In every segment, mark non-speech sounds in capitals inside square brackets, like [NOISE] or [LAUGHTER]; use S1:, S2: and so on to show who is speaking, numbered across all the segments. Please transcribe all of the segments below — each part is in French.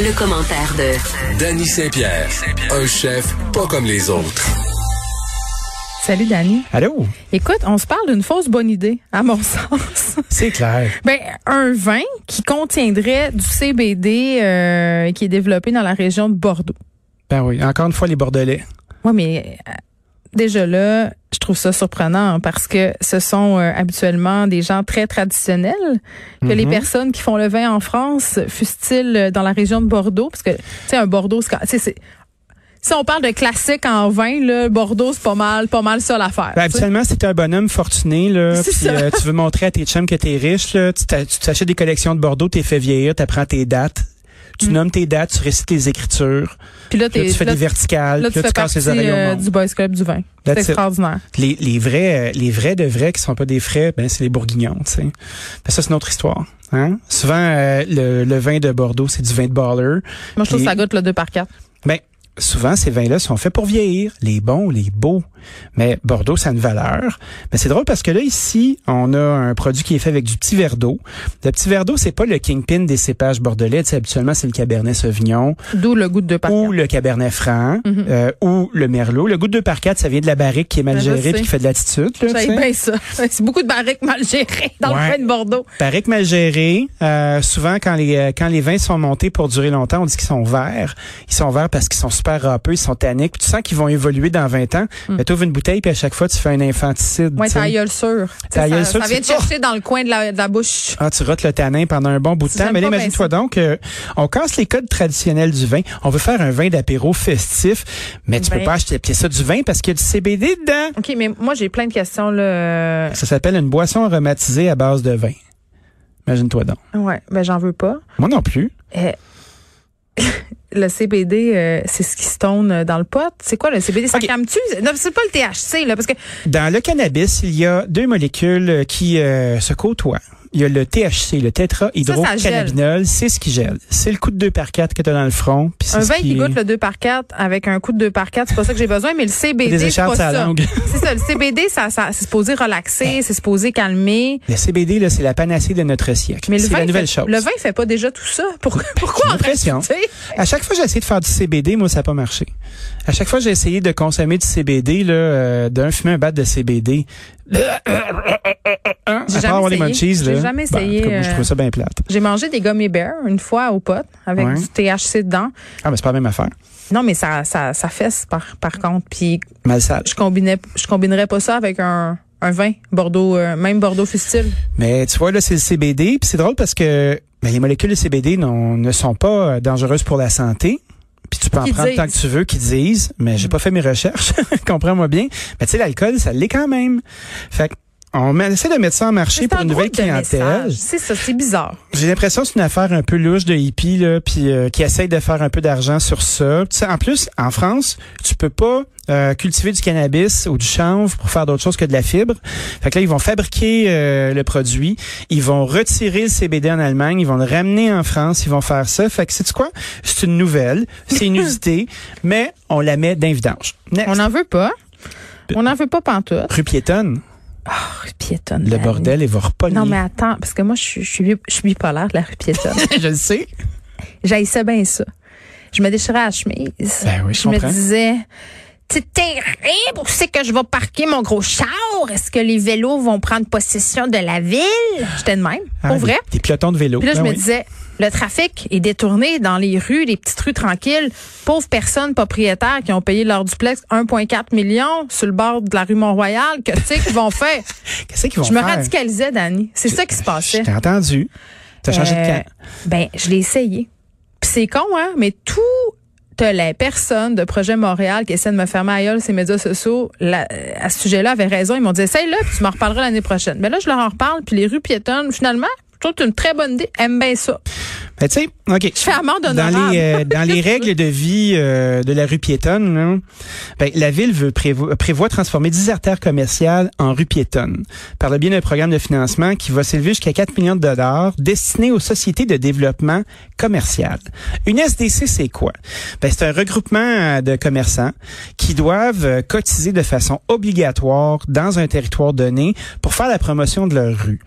S1: le commentaire de
S2: Danny Saint-Pierre, un chef pas comme les autres.
S3: Salut Dani.
S4: Allô?
S3: Écoute, on se parle d'une fausse bonne idée, à mon [LAUGHS] sens.
S4: C'est clair.
S3: Ben, un vin qui contiendrait du CBD euh, qui est développé dans la région de Bordeaux.
S4: Ben oui, encore une fois, les Bordelais.
S3: Oui, mais euh, déjà là, je trouve ça surprenant hein, parce que ce sont euh, habituellement des gens très traditionnels que les
S4: Mhm.
S3: personnes qui font le vin en France, fussent-ils euh, dans la région de Bordeaux, parce que tu sais un Bordeaux, c'est quand- tu sais, c'est si on parle de classique en vin, là, Bordeaux c'est pas mal, pas mal ça l'affaire.
S4: Ben,
S3: tu sais.
S4: habituellement, si t'es un bonhomme fortuné, là,
S3: C'est
S4: puis,
S3: ça.
S4: euh, tu veux montrer à tes chums que t'es riche, là, tu t'a- tu t'achètes des collections de Bordeaux, t'es fait vieillir, t'apprends tes dates, tu nommes tes dates, tu récites tes écritures,
S3: Puis là,
S4: puis là,
S3: Mm. t'es-
S4: tu fais
S3: là,
S4: des verticales,
S3: là,
S4: puis
S3: tu
S4: là, tu
S3: fais
S4: casses
S3: partie
S4: les oreilles au
S3: euh,
S4: monde.
S3: du Boys Club du vin. C'est
S4: That's it.
S3: extraordinaire.
S4: Les, les vrais, euh, les vrais de vrais qui sont pas des frais, ben c'est les bourguignons, tu sais. Ben, ça c'est notre histoire. Hein? Souvent euh, le, le vin de Bordeaux c'est du vin de baller.
S3: Moi, je trouve
S4: Puis-
S3: que ça goûte le 2 par 4.
S4: Ben souvent ces vins-là sont faits pour vieillir, les bons, les beaux. Mais Bordeaux ça a une valeur. Mais c'est drôle parce que là ici on a un produit qui est fait avec du petit verre d'eau. Le petit verre d'eau c'est pas le kingpin des cépages bordelais. Tu sais, habituellement c'est le cabernet sauvignon
S3: D'où le goût de 2 par 4.
S4: ou le cabernet franc euh, ou le merlot. Le goût de 2 par 4 ça vient de la barrique qui est mal
S3: Ben, je
S4: gérée
S3: sais.
S4: puis qui fait de l'attitude. là, tu sais.
S3: J'aime bien ça. [LAUGHS] C'est beaucoup de barriques mal gérées dans le
S4: Ouais.
S3: vin de Bordeaux.
S4: Paraît que mal géré. Euh, souvent, quand les euh, quand les vins sont montés pour durer longtemps, on dit qu'ils sont verts. Ils sont verts parce qu'ils sont super râpeux, ils sont tanniques. Puis tu sens qu'ils vont évoluer dans 20 ans. Mais tu ouvres une bouteille, puis à chaque fois, tu fais un infanticide.
S3: Hmm. Ouais,
S4: tu sais.
S3: ta gueule sûre. Tu sais,
S4: Ta gueule
S3: ça,
S4: sûre,
S3: ça vient te
S4: c'est-
S3: chercher dans le coin de la, de la bouche.
S4: Ah, tu rotes le tanin pendant un bon bout de
S3: Ça,
S4: temps.
S3: j'aime
S4: Mais là,
S3: pas bien
S4: imagine-toi donc, euh, on casse les codes traditionnels du vin. On veut faire un vin d'apéro festif, mais tu
S3: Ben.
S4: peux pas acheter pièce ça du vin parce qu'il y a du CBD dedans.
S3: OK, mais moi, j'ai plein de questions, là.
S4: Ça s'appelle une boisson aromatisée à base de vin. Imagine-toi donc.
S3: Ouais, ben, j'en veux pas.
S4: Moi non plus.
S3: Euh, le CBD, euh, c'est ce qui se tourne dans le pot. C'est quoi le CBD? Ça
S4: OK.
S3: calme-tu? Non, c'est pas le THC, là, parce que
S4: Dans le cannabis, il y a deux molécules euh, qui euh, se côtoient. Il y a le THC, le tétrahydrocannabinol, c'est ce qui gèle. C'est le coup de 2 par 4 que tu as dans le front. puis c'est
S3: un
S4: ce
S3: vin qui goûte le 2 par 4 avec un coup de 2 par 4 c'est pas ça que j'ai besoin, mais le
S4: Des
S3: CBD, c'est
S4: écharpes
S3: pas
S4: à la
S3: ça.
S4: langue.
S3: C'est ça, le CBD, ça, ça, c'est supposé relaxer, c'est supposé calmer.
S4: Le CBD, là, c'est la panacée de notre siècle.
S3: Mais le
S4: C'est
S3: vin,
S4: la nouvelle
S3: fait,
S4: chose.
S3: le vin fait pas déjà tout ça.
S4: [LAUGHS]
S3: Pourquoi, pourquoi
S4: J'ai
S3: en
S4: l'impression.
S3: rajouter?
S4: À chaque fois que j'ai essayé de faire du CBD, moi, ça n'a pas marché. À chaque fois que j'ai essayé de consommer du CBD, là, euh, d'un fumer un bat de CBD, hein,
S3: J'ai
S4: à part
S3: jamais
S4: avoir les
S3: essayé.
S4: munchies,
S3: J'ai
S4: là,
S3: jamais
S4: ben, en
S3: essayé,
S4: tout cas, moi, je
S3: euh,
S4: trouve ça bien plate.
S3: J'ai mangé des gummy bears une fois au pot avec
S4: Ouais.
S3: du THC dedans.
S4: Ah, mais c'est pas la même affaire.
S3: Non, mais ça, ça, ça fesse par, par contre. Puis
S4: Mal sale.
S3: je combinais, je combinerais pas ça avec un, un vin Bordeaux, euh, même Bordeaux fustile.
S4: Mais tu vois, là, c'est le CBD. Puis c'est drôle parce que ben, les molécules de CBD non- ne sont pas euh, dangereuses pour la santé. Puis tu peux en
S3: Qu'ils
S4: prendre tant que
S3: disent. Mm.
S4: tu veux qu'ils disent, mais j'ai pas fait mes recherches, [LAUGHS] comprends-moi bien. Mais tu sais, l'alcool, ça l'est quand même. Fait que on met- essaie de mettre ça en marché
S3: C'est
S4: pour
S3: un
S4: une nouvelle
S3: drôle de
S4: clientèle.
S3: message. C'est ça, c'est bizarre.
S4: J'ai l'impression que c'est une affaire un peu louche de hippie là, puis euh, qui essaye de faire un peu d'argent sur ça. Tu sais, en plus, en France, tu peux pas euh, cultiver du cannabis ou du chanvre pour faire d'autres choses que de la fibre. Fait que là, ils vont fabriquer euh, le produit, ils vont retirer le CBD en Allemagne, ils vont le ramener en France, ils vont faire ça. Fait que c'est quoi C'est une nouvelle,
S3: [LAUGHS]
S4: c'est inusité, mais on la met d'invidence.
S3: On
S4: Next.
S3: n'en veut pas. On n'en veut pas pantoute.
S4: Rue piétonne,
S3: Rue piétonne.
S4: le
S3: Dani.
S4: bordel, il va repogner.
S3: Ben Non,
S4: [LAUGHS]
S3: mais attends, parce que moi, je suis, je suis, bi- je suis bipolaire de la rue piétonne.
S4: je le sais.
S3: J'haïssais bien ça. Je me déchirais la chemise.
S4: Ben oui, je
S3: me
S4: comprends.
S3: disais, c'est terrible, où c'est que je vais parquer mon gros char? Est-ce que les vélos vont prendre possession de la ville? J'étais de même,
S4: Ah,
S3: pour
S4: des-
S3: vrai.
S4: Des, pelotons de vélo.
S3: Puis là, je
S4: Ben
S3: me
S4: oui.
S3: disais, le trafic est détourné dans les rues, les petites rues tranquilles. Pauvres personnes propriétaires qui ont payé leur duplex 1,4 million sur le bord de la rue Mont-Royal, que tu sais qu'ils vont faire?
S4: Qu'est-ce qu'ils vont
S3: Je me
S4: faire?
S3: radicalisais, Dani. C'est ça qui se passait.
S4: Je t'ai entendu. T'as changé de
S3: Euh,
S4: camp.
S3: Ben, je l'ai essayé. Puis c'est con, hein, mais tout les personnes de Projet Montréal qui essaient de me fermer à gueule ces médias sociaux là, euh, à ce sujet-là avaient raison. Ils m'ont dit, essaye-le, puis tu m'en reparleras l'année prochaine. Mais là, je leur en reparle, puis les rues piétonnes, finalement, je trouve que c'est une très bonne idée. Aime bien ça.
S4: Mais Ben, tu sais, OK.
S3: Je fais amende
S4: Dans
S3: honorable.
S4: les, euh, dans
S3: [LAUGHS]
S4: les règles de vie euh, de la rue piétonne, là, ben, la ville veut prévo- prévoit transformer 10 artères commerciales en rue piétonne par le biais d'un programme de financement qui va s'élever jusqu'à 4 millions de dollars destiné aux sociétés de développement commercial. Une SDC, c'est quoi? Ben, c'est un regroupement euh, de commerçants qui doivent euh, cotiser de façon obligatoire dans un territoire donné pour faire la promotion de leur rue.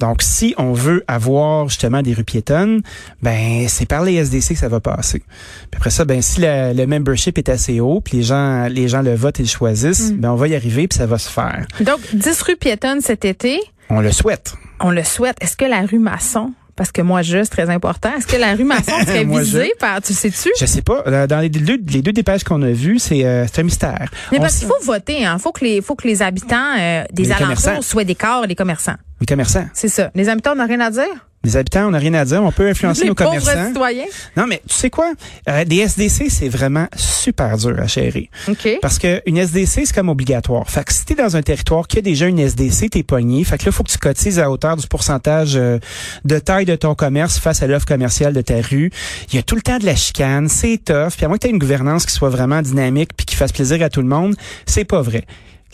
S4: Donc, si on veut avoir justement des rues piétonnes, ben c'est par les SDC que ça va passer. Puis après ça, ben si la- le membership est assez haut, puis les gens les gens le votent et le
S3: Mm.
S4: choisissent, ben on va y arriver puis ça va se faire.
S3: Donc, 10 rues piétonnes cet été,
S4: On le souhaite.
S3: on le souhaite. Est-ce que la rue Masson, parce que moi, je, c'est très important, est-ce que la rue Masson
S4: [LAUGHS]
S3: serait
S4: Moi,
S3: visée par, tu le sais-tu?
S4: Je sais pas. euh, Dans les deux, les deux dépêches qu'on a vues, c'est euh, c'est un mystère.
S3: Mais
S4: On
S3: parce
S4: s-
S3: qu'il faut voter, hein. Faut que les, faut que les habitants euh, des
S4: Les commerçants.
S3: alentours soient des corps, les commerçants.
S4: Les commerçants.
S3: C'est ça. Les habitants n'ont rien à dire.
S4: Les habitants, on n'a rien à dire. On peut influencer
S3: les
S4: nos
S3: pauvres
S4: commerçants.
S3: citoyens.
S4: Non, mais tu sais quoi? Euh, des SDC, c'est vraiment super dur à gérer.
S3: Ok.
S4: Parce que une SDC, c'est comme obligatoire. Fait que si t'es dans un territoire qui a déjà une SDC, t'es pogné. Fait que là, faut que tu cotises à hauteur du pourcentage euh, de taille de ton commerce face à l'offre commerciale de ta rue. Il y a tout le temps de la chicane, c'est tough. Puis à moins que t'aies une gouvernance qui soit vraiment dynamique puis qui fasse plaisir à tout le monde, c'est pas vrai.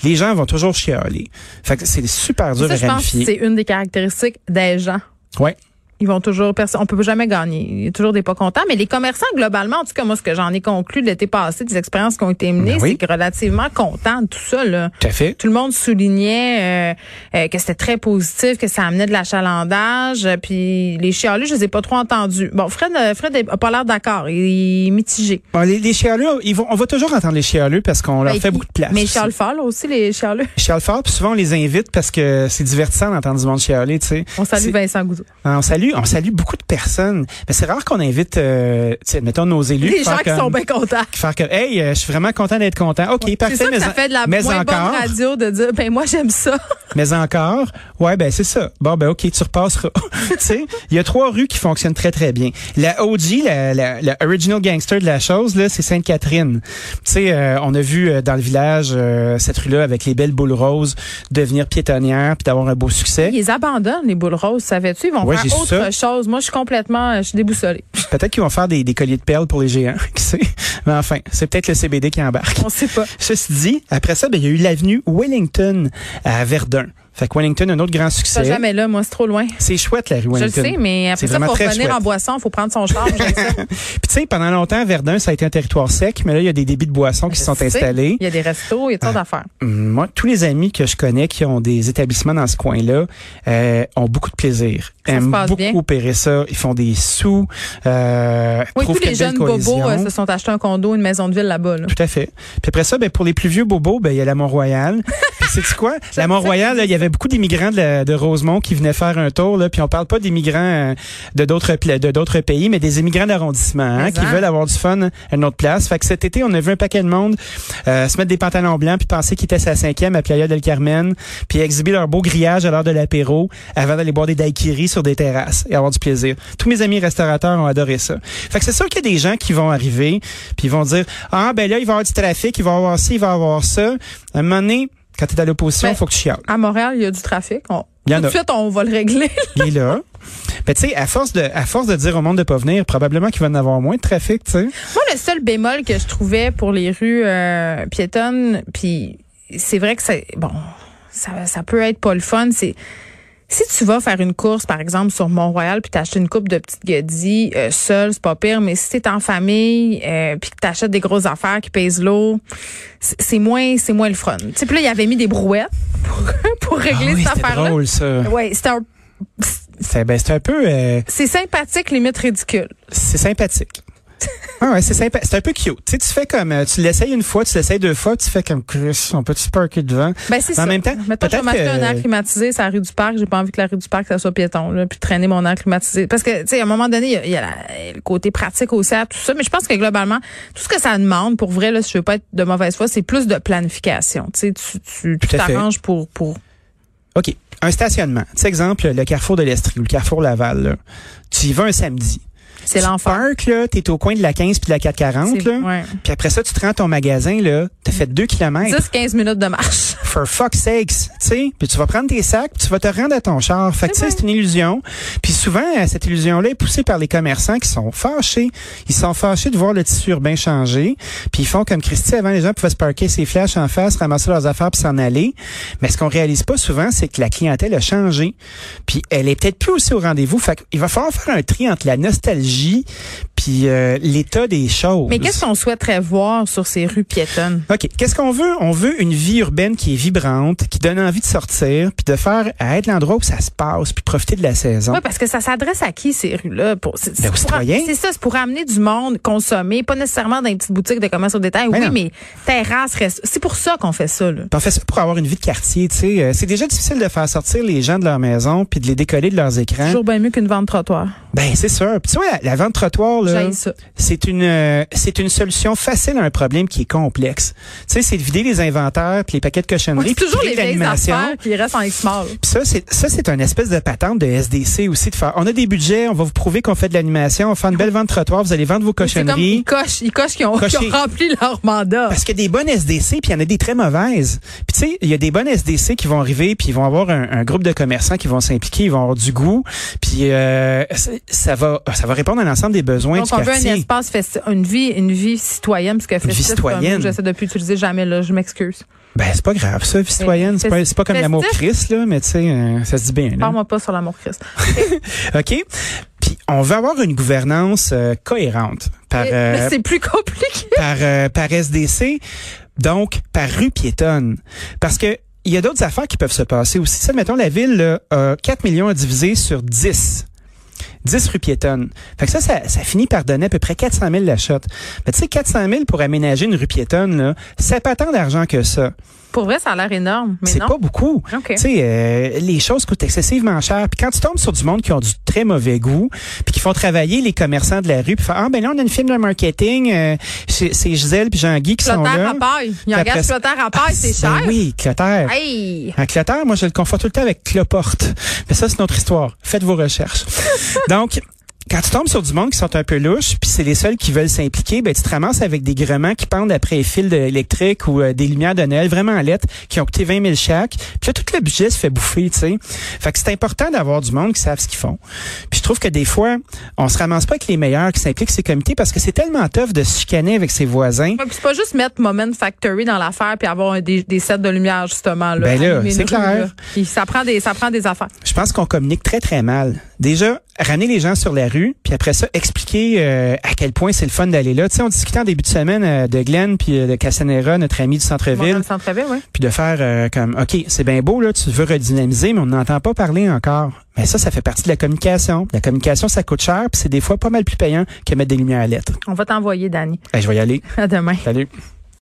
S4: Les gens vont toujours chialer. Fait que c'est super dur
S3: Ça, je
S4: à
S3: pense que
S4: ramifier.
S3: c'est une des caractéristiques des gens.
S4: Ouais.
S3: Ils vont toujours, perso- on peut jamais gagner. Il y a toujours des pas contents. Mais les commerçants, globalement, en tout cas, moi, ce que j'en ai conclu de l'été passé, des expériences qui ont été menées,
S4: Ben oui.
S3: c'est que relativement contents de tout ça, là.
S4: Tout à fait.
S3: Tout le monde soulignait euh, euh, que c'était très positif, que ça amenait de l'achalandage. euh, Puis les chialus, je les ai pas trop entendus. Bon, Fred, euh, Fred a pas l'air d'accord. Il est mitigé.
S4: Bon, les, les chialeux, ils vont, on va toujours entendre les chialeux parce qu'on leur
S3: Ben,
S4: fait
S3: il-
S4: beaucoup de place.
S3: Mais Charles Fall aussi, les chialus.
S4: Charles Fort, puis souvent on les invite parce que c'est divertissant d'entendre du monde chialer, tu sais.
S3: On salue
S4: C'est-
S3: Vincent Goudou.
S4: Ben, On salue, on salue beaucoup de personnes. Mais c'est rare qu'on invite, euh, tu sais, mettons nos élus.
S3: Les
S4: faire
S3: gens qui
S4: comme-
S3: sont bien contents.
S4: Faire comme, hey, euh, je suis vraiment content d'être content. OK, parfait,
S3: C'est ça que
S4: mais,
S3: ça
S4: en-
S3: fait de la
S4: mais
S3: moins
S4: encore.
S3: bonne radio de dire, ben moi j'aime ça.
S4: [LAUGHS] Mais encore. Ouais, ben, c'est ça. Bon, ben, OK, tu repasseras. [LAUGHS] tu sais, il y a trois rues qui fonctionnent très, très bien. La OG, la, la, la original gangster de la chose, là, c'est Sainte-Catherine. Tu sais, euh, on a vu euh, dans le village, euh, cette rue-là, avec les belles boules roses, devenir piétonnière puis d'avoir un beau succès.
S3: Ils abandonnent les boules roses, savais-tu? Ils vont
S4: Eh? Ouais, j'ai
S3: faire
S4: su
S3: autre
S4: ça.
S3: chose. Moi, je suis complètement, euh, je suis déboussolée.
S4: Peut-être qu'ils vont faire des, des colliers de perles pour les géants, [LAUGHS] qui sait. Mais enfin, c'est peut-être le CBD qui embarque.
S3: On sait pas.
S4: Ceci dit, après ça, ben, il y a eu l'avenue Wellington à Verdun. Fait que Wellington, un autre grand
S3: Je suis
S4: succès.
S3: jamais là, moi, c'est trop loin.
S4: C'est chouette, la rue
S3: Je le
S4: Wellington.
S3: sais, mais après ça,
S4: C'est vraiment
S3: pour
S4: très
S3: revenir en
S4: chouette.
S3: boisson, faut prendre son charme. j'aime ça.
S4: Puis tu sais, pendant longtemps, Verdun, ça a été un territoire sec, mais là, il y a des débits de boissons qui
S3: Je
S4: se sont
S3: sais.
S4: installés.
S3: Il y a des restos, il y a toutes sortes d'affaires.
S4: Hum, Moi, tous les amis que je connais qui ont des établissements dans ce coin-là euh, ont beaucoup de plaisir.
S3: Ça se
S4: aiment
S3: passe
S4: beaucoup
S3: bien.
S4: opérer ça. Ils font des sous. Euh,
S3: Oui,
S4: trouvent
S3: tous les
S4: qu'il y a
S3: jeunes
S4: une belle cohésion. hein.
S3: bobos euh, se sont achetés un condo, une maison de ville là-bas. là.
S4: Tout à fait. Puis après ça, ben, pour les plus vieux bobos, ben, il y a la Mont-Royal. Puis c'est quoi? La Mont-Royal, là, il y avait beaucoup d'immigrants de, la- de Rosemont qui venaient faire un tour, là, puis on parle pas d'immigrants euh, de d'autres pla- de d'autres pays, mais des immigrants d'arrondissement hein,
S3: Mais
S4: qui
S3: hein.
S4: veulent avoir du fun à une autre place. Fait que cet été, on a vu un paquet de monde euh, se mettre des pantalons blancs puis penser qu'ils étaient à la cinquième à Playa del Carmen, puis exhiber leur beau grillage à l'heure de l'apéro avant d'aller boire des daiquiris sur des terrasses et avoir du plaisir. Tous mes amis restaurateurs ont adoré ça. Fait que c'est sûr qu'il y a des gens qui vont arriver puis ils vont dire ah ben là il va y avoir du trafic, il va y avoir ci, il va y avoir ça. À un moment donné, quand t'es à l'opposition,
S3: Ben,
S4: faut que tu chiales.
S3: À Montréal, il y a du trafic. On-
S4: Il y en
S3: Tout de
S4: a.
S3: suite, on va le régler.
S4: Il est là. Ben, tu sais, à force de, à force de dire au monde de pas venir, probablement qu'il va en avoir moins de trafic, tu sais.
S3: Moi, le seul bémol que je trouvais pour les rues euh, piétonnes, puis c'est vrai que c'est bon, ça, ça peut être pas le fun. C'est si tu vas faire une course, par exemple, sur Mont-Royal, puis t'achètes une coupe de petites godilles euh, seule, c'est pas pire. Mais si t'es en famille, euh, puis que t'achètes des grosses affaires qui pèsent lourd, c'est c'est moins, c'est moins le fun. Tu sais, puis là, il avait mis des brouettes pour, [LAUGHS] pour régler
S4: Ah oui,
S3: cette
S4: c'était
S3: affaire-là.
S4: drôle, ça.
S3: Ouais, c'est un-
S4: C'est, ben, c'est un peu, euh,
S3: c'est sympathique, limite ridicule. [LAUGHS]
S4: c'est sympathique. Ah ouais, c'est sympa. C'est un peu cute. Tu sais, tu fais comme, euh, tu l'essayes une fois, tu l'essayes deux fois, tu fais comme, Chris, on peut-tu parker devant?
S3: Ben, c'est
S4: Mais en
S3: ça.
S4: même temps,
S3: Mettons que je vais
S4: peut-être
S3: m'acheter un air
S4: que-
S3: climatisé, c'est la rue du parc. J'ai pas envie que la rue du parc, ça soit piéton, là, puis traîner mon air climatisé. Parce que, tu sais, à un moment donné, il y a, il y a la- le côté pratique aussi à tout ça. Mais je pense que globalement, tout ce que ça demande, pour vrai, là, si je veux pas être de mauvaise foi, c'est plus de planification. Tu sais, tu- tu tu
S4: Tout à fait.
S3: t'arranges pour, pour.
S4: OK. Un stationnement. Tu sais, exemple, le carrefour de l'Estrie ou le carrefour Laval, là. Tu y vas un samedi.
S3: C'est
S4: Tu
S3: l'enfer.
S4: parques, là, t'es au coin de la 15 puis de la 440,
S3: C'est- Mm.
S4: là.
S3: ouais.
S4: Puis après ça, tu te rends à ton magasin, là. T'as fait deux kilomètres.
S3: 10-15 minutes de marche. [LAUGHS]
S4: for fuck's sakes, tu sais, puis tu vas prendre tes sacs, puis tu vas te rendre à ton char. Fait que tu sais, c'est une illusion. Puis souvent, euh, cette illusion-là est poussée par les commerçants qui sont fâchés. Ils sont fâchés de voir le tissu urbain changer, puis ils font comme Christy avant les gens pouvaient se parquer ses flashs en face, ramasser leurs affaires puis s'en aller. Mais ce qu'on réalise pas souvent, c'est que la clientèle a changé. Puis elle est peut-être plus aussi au rendez-vous. Fait qu'il va falloir faire un tri entre la nostalgie puis puis euh, l'état des choses.
S3: Mais qu'est-ce qu'on souhaiterait voir sur ces rues piétonnes?
S4: OK. Qu'est-ce qu'on veut? On veut une vie urbaine qui est vibrante, qui donne envie de sortir, puis de faire à être l'endroit où ça se passe, puis profiter de la saison.
S3: Oui, parce que ça s'adresse à qui ces rues-là? Pour, c'est,
S4: Ben, aux
S3: c'est pour-
S4: citoyens.
S3: c'est ça, c'est pour amener du monde, consommer, pas nécessairement dans les petites boutiques de commerce au détail.
S4: Ben
S3: oui,
S4: non. Hein?
S3: mais terrasse, reste. C'est pour ça qu'on fait ça, là.
S4: Puis on fait ça pour avoir une vie de quartier, tu sais. Euh, C'est déjà difficile de faire sortir les gens de leur maison puis de les décoller de leurs écrans.
S3: Toujours bien mieux qu'une vente trottoir.
S4: Ben c'est sûr. Puis tu vois, la, la vente trottoir là,
S3: J'aille ça.
S4: c'est une euh, c'est une solution facile à un problème qui est complexe. Tu sais, c'est de vider les inventaires puis les paquets de cochonneries.
S3: Ouais, c'est
S4: puis
S3: toujours
S4: créer
S3: les
S4: de
S3: vieilles
S4: l'animation.
S3: affaires qui restent en X-Mall.
S4: Puis ça, c'est ça, c'est une espèce de patente de SDC aussi de faire. On a des budgets, on va vous prouver qu'on fait de l'animation, on va faire une belle vente trottoir, vous allez vendre vos
S3: C'est comme ils
S4: cochonneries.
S3: cochent, ils cochent qu'ils ont, [LAUGHS] qu'ils ont
S4: Cocher.
S3: rempli leur mandat.
S4: Parce qu'il y a des bonnes SDC, puis il y en a des très mauvaises. Puis tu sais, il y a des bonnes SDC qui vont arriver, puis ils vont avoir un, un groupe de commerçants qui vont s'impliquer, ils vont avoir du goût, puis euh, ça- ça va ça va répondre à l'ensemble des besoins
S3: Donc,
S4: du
S3: on veut un
S4: quartier.
S3: espace, festi- une vie, une vie citoyenne, parce que festif, c'est un
S4: citoyenne.
S3: mot que J'essaie de plus utiliser jamais, là. Je m'excuse.
S4: ben c'est pas grave ça, vie citoyenne, c'est pas c'est pas comme
S3: festif.
S4: l'amour Christ là, mais tu sais, euh, ça se dit bien. Là.
S3: Parle-moi pas sur l'amour Christ.
S4: OK Puis on va avoir une gouvernance euh, cohérente par
S3: Et-
S4: euh,
S3: mais [LAUGHS] C'est plus compliqué.
S4: par, euh, par SDC, donc par rue piétonne. Parce que il y a d'autres affaires qui peuvent se passer aussi. Ça, mettons, la ville là, a 4 millions à diviser sur 10. 10 rues piétonnes. Fait que ça, ça, ça finit par donner à peu près 400 000 la shot. Mais tu sais, 400 000 pour aménager une rue piétonne, là, c'est pas tant d'argent que ça.
S3: Pour vrai, ça a l'air énorme, mais
S4: C'est
S3: non.
S4: pas beaucoup.
S3: OK.
S4: Tu sais, euh, les choses coûtent excessivement cher. Puis quand tu tombes sur du monde qui ont du très mauvais goût, puis qui font travailler les commerçants de la rue, puis font ah ben là on a une firme de marketing, euh, c'est c'est Gisèle puis Jean-Guy qui sont
S3: Clotaire
S4: là.
S3: à paille. Il
S4: Puis
S3: engage
S4: après-
S3: Clotaire à
S4: Ah,
S3: paille, c'est cher.
S4: ben Oui, Clotaire.
S3: Hey!
S4: Un Clotaire, moi je le confonds tout le temps avec Cloporte. Mais ça c'est notre histoire. Faites vos recherches. Donc quand tu tombes sur du monde qui sont un peu louches, puis c'est les seuls qui veulent s'impliquer, ben tu te ramasses avec des gréements qui pendent après les fils de- électriques ou euh, des lumières de Noël vraiment lettres qui ont coûté 20 000 chaque. Puis là, tout le budget se fait bouffer, tu sais. Fait que c'est important d'avoir du monde qui savent ce qu'ils font. Puis je trouve que des fois, on se ramasse pas avec les meilleurs qui s'impliquent ces comités parce que c'est tellement tough de se chicaner avec ses voisins.
S3: Ouais, puis c'est pas juste mettre Moment Factory dans l'affaire puis avoir un- des, des sets de lumière, justement. Là,
S4: Ben là,
S3: Allumer une
S4: c'est
S3: rue,
S4: clair.
S3: là. Puis ça prend des, ça prend des affaires.
S4: Je pense qu'on communique très, très mal. Déjà, ramener les gens sur la rue, puis après ça, expliquer euh, à quel point c'est le fun d'aller là. Tu sais, on discutait en début de semaine euh, de Glenn puis euh, de Cassanera, notre ami du
S3: Moi, dans
S4: centre-ville,
S3: le centre-ville, oui.
S4: puis de faire euh, comme, OK, c'est bien beau, là, tu veux redynamiser, mais on n'entend pas parler encore. Mais ça, ça fait partie de la communication. La communication, ça coûte cher, puis c'est des fois pas mal plus payant que mettre des lumières à lettres.
S3: On va t'envoyer, Dani.
S4: Eh, je vais y aller.
S3: À demain.
S4: Salut.